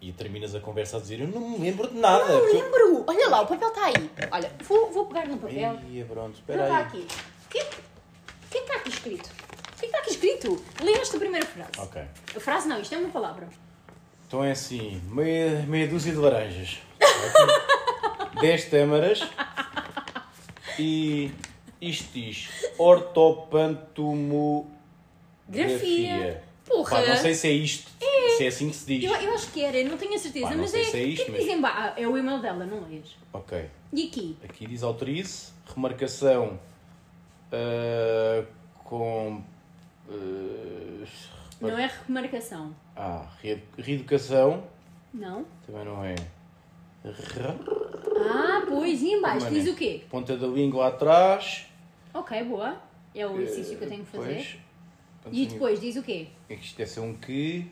S2: e terminas a conversa a dizer, eu não me lembro de nada.
S1: Não lembro! Olha lá, o papel está aí. Olha, vou, vou pegar no papel.
S2: Ia, pronto,
S1: Não
S2: espera
S1: está
S2: aí.
S1: aqui. O que, o que é que está aqui escrito? O que é que está aqui escrito? Lê esta primeira frase.
S2: Ok.
S1: A frase não, isto é uma palavra.
S2: Então é assim, meia, meia dúzia de laranjas,
S1: [LAUGHS]
S2: 10 tâmaras e isto diz ortopantomografia.
S1: Grafia. Porra!
S2: Pá, não sei se é isto, se é assim que se diz.
S1: eu, eu acho que era, não tenho a certeza,
S2: Pá, não
S1: mas
S2: sei
S1: é.
S2: se é
S1: o que
S2: isto,
S1: que
S2: mas-
S1: dizem? Bah, é o e-mail dela, não lês.
S2: Ok,
S1: E aqui?
S2: aqui diz autorize, remarcação ah, com... ah,
S1: Não é remarcação.
S2: ah, re- reeducação,
S1: Não?
S2: também não é...
S1: Ah, pois, e em baixo?
S2: Permanente.
S1: Diz o quê?
S2: Ponta da língua atrás...
S1: Ok, boa. É o exercício que eu tenho que fazer.
S2: Pois.
S1: E depois diz o quê?
S2: É que isto deve ser um que.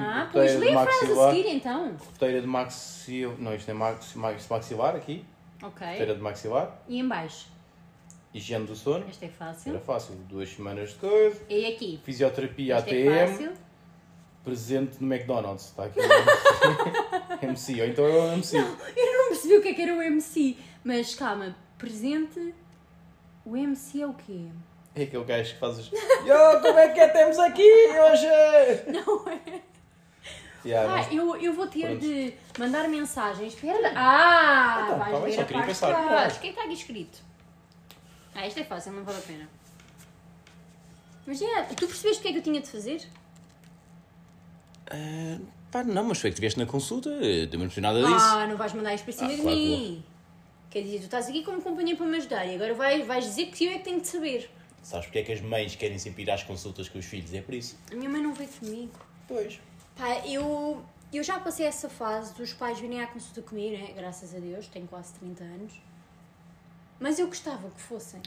S1: Ah, pois lê a frase a seguir então.
S2: Roteira de maxilar. Não, isto é maxi- max- maxilar aqui. Roteira
S1: Ok.
S2: de maxilar.
S1: E em baixo?
S2: Higiene do sono.
S1: Esta é
S2: Era
S1: fácil.
S2: fácil. Duas semanas de coisa.
S1: E aqui?
S2: Fisioterapia
S1: Esta é
S2: ATM.
S1: fácil.
S2: presente no McDonald's. Está [LAUGHS] aqui. o MC. MC. Ou então é o MC.
S1: Eu não percebi o que é que era o MC. Mas calma, presente. O MC é o quê?
S2: É aquele gajo que faz os. Yo, como é que é? Temos aqui hoje!
S1: Não é.
S2: Yeah,
S1: Ah,
S2: mas-
S1: eu, eu vou ter
S2: Pronto.
S1: de mandar mensagens. Espera. Ah!
S2: Então,
S1: vais
S2: calma aí,
S1: ver
S2: só
S1: a
S2: queria
S1: parte de
S2: pensar.
S1: trás. O que é que está aqui escrito? Ah, isto é fácil, não vale a pena. Mas é, tu percebeste o que é que eu tinha de fazer?
S2: Pá, não, mas foi que estiveste na consulta, eh, também não percebi nada disso.
S1: Ah, não vais mandar isto para cima
S2: Ah,
S1: de
S2: claro que
S1: mim. Quer dizer, tu estás aqui como companhia para me ajudar e agora vais, vais dizer que eu é que tenho de saber.
S2: Sabes porque é que as mães querem sempre ir às consultas com os filhos? É por isso.
S1: A minha mãe não veio comigo.
S2: Pois.
S1: Pá, eu, eu já passei essa fase dos pais virem à consulta comigo, né? Graças a Deus, tenho quase 30 anos. Mas eu gostava que fossem.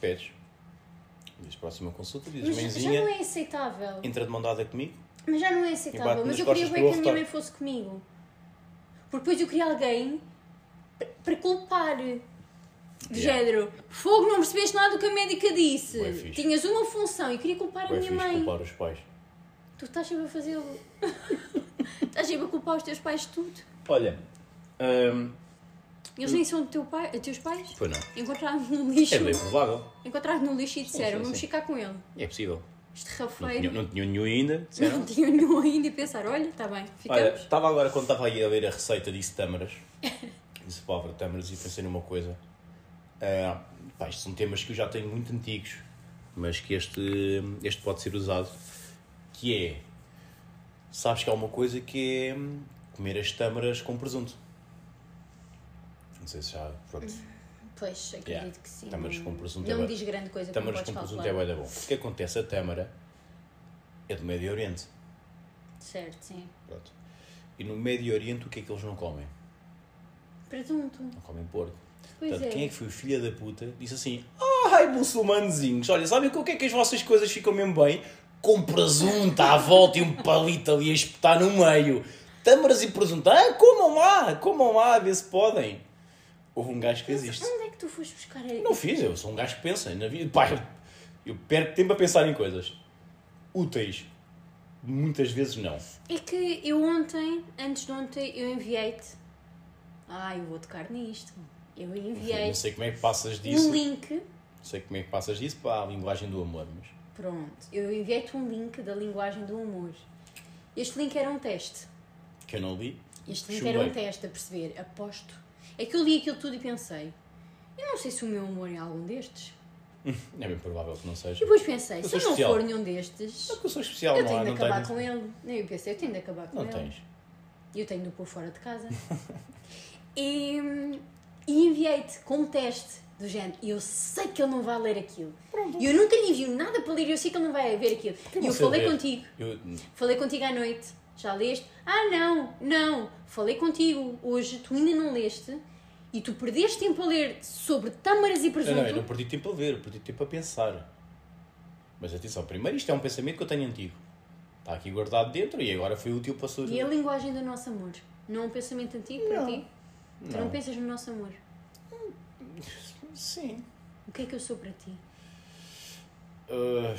S2: Pedes. Diz próxima consulta, dizes
S1: Mas já
S2: mãezinha,
S1: não é aceitável.
S2: entra de mão dada comigo.
S1: Mas já não é
S2: E bate
S1: aceitável. Mas
S2: nas
S1: eu queria
S2: costas
S1: bem que
S2: para o
S1: a minha
S2: altar.
S1: mãe fosse comigo. Porque depois eu queria alguém pa- para culpar. De
S2: Yeah.
S1: género, fogo, não percebeste nada do que a médica disse.
S2: Bué fixe.
S1: Tinhas uma função e queria culpar a
S2: Ou é
S1: minha
S2: fixe
S1: mãe.
S2: culpar os pais?
S1: Tu estás sempre a fazê-lo. [LAUGHS] estás sempre a culpar os teus pais de tudo.
S2: Olha, hum,
S1: Eles nem são do teu pai, dos teus pais.
S2: pois não.
S1: Encontraram-te no lixo.
S2: É bem provável.
S1: Encontraram-te no lixo e disseram,
S2: sim,
S1: vamos
S2: sim.
S1: ficar com ele.
S2: É possível.
S1: Este
S2: Não tinha,
S1: rafeiro.
S2: não tinha nenhum ainda.
S1: [LAUGHS] Não,
S2: Disseram.
S1: tinham nenhum ainda e pensaram, olha, está bem,
S2: Olha,
S1: ficamos.
S2: estava agora, quando estava aí a ler a receita, disse tâmaras. [LAUGHS] disse a palavra tâmaras e pensei numa coisa. Ah, pá, isto são temas que eu já tenho muito antigos, mas que este, este pode ser usado. Que é, sabes que há uma coisa que é hum, comer as tâmaras com presunto. Não sei se já, pronto,
S1: Pois, Hum, acredito
S2: Yeah.
S1: que sim.
S2: Tâmaras com presunto é
S1: Não me
S2: bué-
S1: diz grande coisa como
S2: tâmaras
S1: podes
S2: com presunto é
S1: calcular.
S2: bué da bom. O que acontece, a tâmara é do Médio Oriente.
S1: Certo, sim.
S2: Pronto. E no Médio Oriente o que é que eles não comem?
S1: Presunto.
S2: Não comem porco.
S1: Pois
S2: Portanto,
S1: é.
S2: quem é que foi o filho da puta? Disse assim: Ai, muçulmanozinhos, olha, sabem com o que é que as vossas coisas ficam mesmo bem? Com presunto à volta e um palito ali a espetar no meio. Tâmaras e presunto. Ah, comam lá, comam lá, a ver se podem. Houve um gajo que fez isto.
S1: Onde é que tu foste buscar a...
S2: Não fiz, eu sou um gajo que pensa na vida. Pá, eu, eu perco tempo a pensar em coisas úteis. Muitas vezes não.
S1: É que eu ontem, antes de ontem, eu enviei-te. Ah, eu vou tocar nisto. Eu
S2: Não
S1: enviei-te
S2: sei como é que passas disso.
S1: um link.
S2: Não sei como é que passas disso para a linguagem do amor, mas.
S1: Pronto, eu enviei-te um link da linguagem do humor. Este link era um teste.
S2: Que eu não li.
S1: Este link era um
S2: Chumbei.
S1: teste a perceber, aposto. É que eu li aquilo tudo e pensei, eu não sei se o meu humor é algum destes.
S2: É bem provável que não
S1: E
S2: seja.
S1: depois pensei, se
S2: sou
S1: eu não
S2: especial.
S1: for nenhum destes,
S2: Porque eu sou especial,
S1: eu
S2: não
S1: tenho
S2: há,
S1: de
S2: não
S1: acabar
S2: tenho.
S1: com ele. Eu pensei, eu tenho de acabar com
S2: Não
S1: ele.
S2: tens.
S1: E eu tenho de o pôr fora de
S2: [LAUGHS]
S1: casa. e, e enviei-te com um teste do género. E eu sei que ele não vai ler aquilo. E eu nunca lhe envio nada para ler, eu sei que ele não vai ver aquilo. E eu
S2: Não sei
S1: falei
S2: ler.
S1: contigo.
S2: Eu-
S1: Falei contigo à noite. Já leste? Ah, não, não. Falei contigo hoje, tu ainda não leste. E tu perdeste tempo a ler sobre tâmaras e
S2: Não,
S1: presunto.
S2: não, eu não perdi tempo a ver, eu perdi tempo a pensar. Mas atenção, primeiro isto é um pensamento que eu tenho antigo. Está aqui guardado dentro e agora foi útil para a sua
S1: E a linguagem do nosso amor. Não é um pensamento antigo para ti? Tu não.
S2: Não.
S1: pensas no nosso amor.
S2: Sim.
S1: O que é que eu sou para ti?
S2: Ah,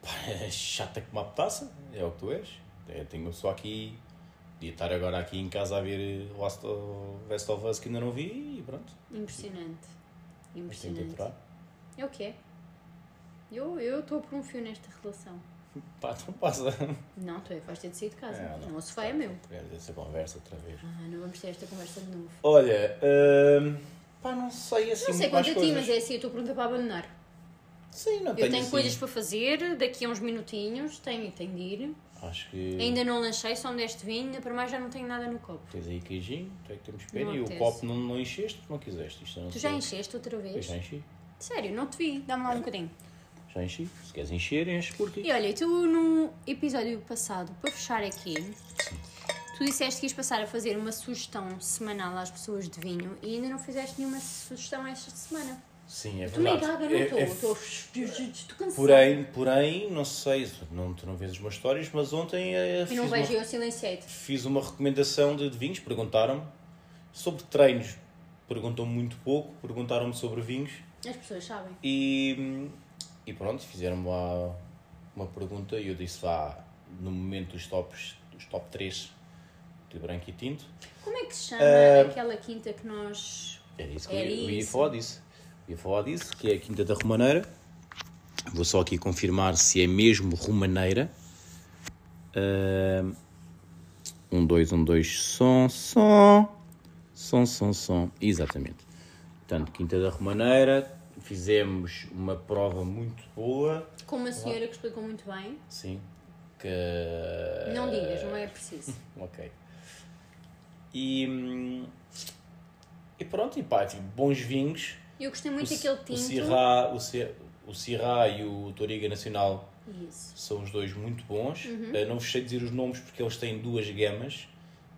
S2: pá, é chata como uma petaça, é o que tu és. É, tenho uma pessoa aqui, podia estar agora aqui em casa a ver eh, Last of, Last of Us que ainda não vi e pronto.
S1: Impressionante.
S2: Mas tenho de
S1: Impressionante.
S2: aturar.
S1: É o que é. Eu eu estou por um fio nesta relação.
S2: Pá, então passa. [LAUGHS]
S1: Não, tu é que vais ter de sair de casa.
S2: É,
S1: não.
S2: não.
S1: o sofá é meu.
S2: Tivemos essa conversa outra vez.
S1: Ah, não vamos ter esta conversa de novo.
S2: Olha, hum, pá, não sei assim
S1: Não sei
S2: muito mais
S1: quanto a ti,
S2: coisas.
S1: mas é assim, eu estou pronta para abandonar.
S2: Sim, não
S1: Eu tenho
S2: assim-
S1: coisas para fazer, daqui a uns minutinhos, tenho, tenho de ir.
S2: Acho que
S1: Ainda não lanchei, só me deste vinho, ainda para mais já não tenho nada no copo.
S2: tens aí queijinho, tu é que temos pena
S1: Não
S2: e o
S1: apetece.
S2: copo não, não encheste porque não quiseste. Isto eu não
S1: Tu
S2: sei.
S1: já encheste outra
S2: Eu
S1: vez?
S2: já enchi.
S1: Sério, não te vi, dá-me lá um bocadinho.
S2: Já enchi. Se queres encher, enche porque.
S1: E olha, tu no episódio passado, para fechar aqui, tu disseste que ias passar a fazer uma sugestão semanal às pessoas de vinho e ainda não fizeste nenhuma sugestão esta semana.
S2: Sim, é
S1: Tu nem
S2: verdade.
S1: gaga, não
S2: É-
S1: estou.
S2: é-
S1: Estou estou cansada.
S2: Porém, porém, não sei, se não, tu não vês as minhas histórias, mas ontem eh,
S1: Eu
S2: fiz,
S1: não
S2: uma,
S1: vejo, eu silenciei-te.
S2: fiz uma recomendação de de vinhos, perguntaram-me sobre treinos, perguntam muito pouco, perguntaram-me sobre vinhos.
S1: As pessoas sabem.
S2: E, e pronto, fizeram-me lá uma pergunta e eu disse lá no momento dos tops, dos top 3 de branco e tinto.
S1: Como é que se chama
S2: Ah,
S1: aquela quinta que nós
S2: Era isso que eu,
S1: Era
S2: eu ia
S1: isso.
S2: falar disso. Eu ia falar disso, que é a Quinta da Romaneira. Vou só aqui confirmar se é mesmo Romaneira. Ahm, Um, dois, um, dois, som, som. Som, som, som. Exatamente. Portanto, Quinta da Romaneira, fizemos uma prova muito boa.
S1: Com uma senhora que explicou muito bem.
S2: Sim. Que.
S1: Não digas, não é
S2: [LAUGHS]
S1: preciso.
S2: Ok. E. hum, E pronto, e pá, tive bons vinhos.
S1: Eu gostei muito
S2: o,
S1: daquele
S2: o
S1: tinto.
S2: Syrah- o, Sy- o Sirá e o Toriga Nacional
S1: Isso.
S2: são os dois muito bons.
S1: Uhum.
S2: Eh, Não vos sei dizer os nomes porque eles têm duas gamas.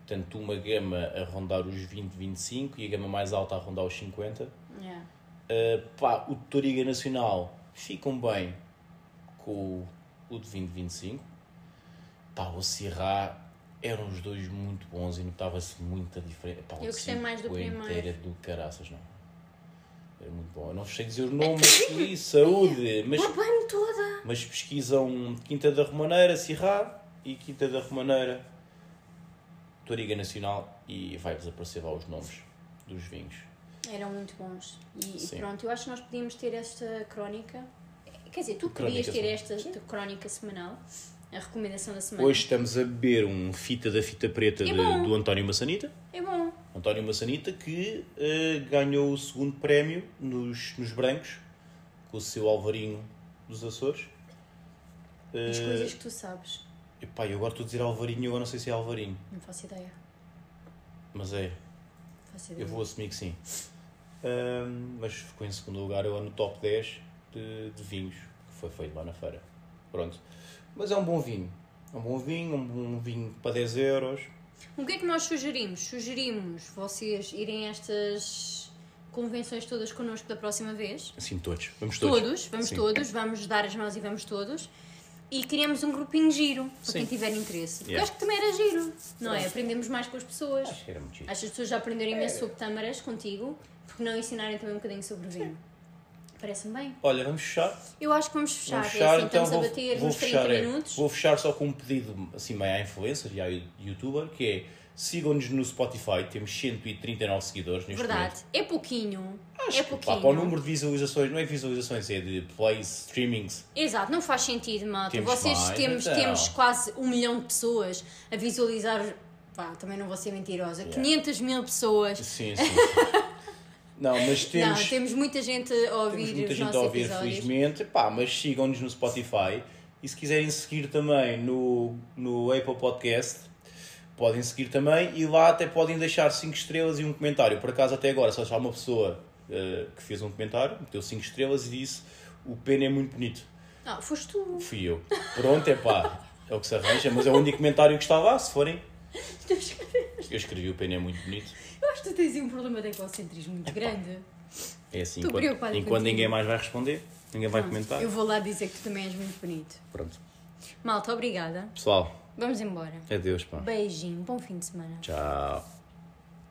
S2: Portanto, uma gama a rondar os 20, 25 e a gama mais alta a rondar os 50.
S1: Yeah.
S2: Eh, pá, o de Toriga Nacional ficam bem com o- o de 20, 25. Pá, o Sirá eram os dois muito bons e notava-se muita diferença. Pá, o
S1: Eu
S2: de
S1: gostei mais do
S2: 50
S1: primeiro.
S2: Era do caraças, não. Era muito bom. Eu não vos sei dizer o nome
S1: Então, [LAUGHS]
S2: aqui, saúde, mas
S1: Babei-me toda!
S2: mas pesquisam Quinta da Romaneira, Sirrá e Quinta da Romaneira, Toriga Nacional e vai-vos aparecer lá os nomes dos vinhos.
S1: Eram muito bons. E, e
S2: Sim.
S1: pronto, eu acho que nós podíamos ter esta crónica. Quer dizer, tu
S2: Crónica
S1: podias ter
S2: semanal.
S1: esta crónica semanal, a recomendação da semana.
S2: Hoje estamos a beber um fita da fita preta
S1: É
S2: de-
S1: bom.
S2: do António Massanita.
S1: É bom.
S2: António Massanita que eh, ganhou o segundo prémio nos, nos brancos com o seu Alvarinho dos Açores. eh,
S1: As coisas que tu sabes.
S2: Epá, eu agora estou a dizer Alvarinho, agora não sei se é Alvarinho,
S1: Não faço ideia.
S2: mas é.
S1: Não faço ideia.
S2: Eu vou assumir que sim. Ahm, mas ficou em segundo lugar agora no top 10 de, de vinhos que foi feito lá na feira. Pronto. Mas é um bom vinho. É um bom vinho, um bom vinho para 10 euros.
S1: O que é que nós sugerimos? Sugerimos vocês irem a estas convenções todas connosco da próxima vez.
S2: Assim todos. Vamos todos.
S1: Todos, vamos
S2: Sim.
S1: todos, vamos dar as mãos e vamos todos. E criamos um grupinho giro, para
S2: Sim.
S1: quem tiver interesse. Porque
S2: Yeah.
S1: acho que também era giro, não é? Aprendemos mais com as pessoas.
S2: Acho que era muito giro.
S1: Acho que as pessoas já
S2: É.
S1: aprenderam imenso sobre tâmaras contigo, porque não ensinarem também um bocadinho sobre vinho. Parece-me bem.
S2: Olha, vamos fechar.
S1: Eu acho que vamos fechar.
S2: vamos
S1: é
S2: fechar,
S1: assim,
S2: então
S1: estamos
S2: vou,
S1: a bater
S2: vou
S1: uns 30
S2: fechar, é.
S1: minutos.
S2: Vou fechar só com um pedido assim meio à influencer e à youtuber, que é sigam-nos no Spotify, temos 139 seguidores neste momento.
S1: Verdade. É pouquinho. é
S2: Pá,
S1: pouquinho.
S2: para o número de visualizações, não é visualizações, é de plays, streamings.
S1: Exato, não faz sentido, malta.
S2: Temos
S1: Vocês
S2: mais,
S1: temos,
S2: então.
S1: temos quase um milhão de pessoas a visualizar. Pá, também não vou ser mentirosa. 500 mil pessoas.
S2: Sim, [LAUGHS] sim. sim. Não, mas temos,
S1: não, temos muita gente a ouvir
S2: temos muita
S1: os
S2: gente a
S1: nossos
S2: ouvir,
S1: episódios.
S2: felizmente. Pá, mas sigam-nos no Spotify. E se quiserem seguir também no, no Apple Podcast, podem seguir também. E lá até podem deixar 5 estrelas e um comentário. Por acaso, até agora, só já há uma pessoa eh, que fez um comentário, meteu 5 estrelas e disse: O pena é muito bonito.
S1: Ah, foste tu.
S2: Fui eu. Pronto, é pá, é o que se arranja. Mas é o único comentário que está lá, se forem. Eu escrevi: O pena é muito bonito.
S1: Eu acho que tu tens aí um problema de egocentrismo muito grande.
S2: É assim,
S1: Estou
S2: enquanto,
S1: preocupada
S2: enquanto
S1: contigo.
S2: ninguém mais vai responder, ninguém vai comentar.
S1: Eu vou lá dizer que tu também és muito bonito.
S2: Pronto.
S1: Malta, obrigada.
S2: Pessoal,
S1: Vamos embora.
S2: adeus, pá.
S1: Beijinho, bom fim de semana.
S2: Tchau.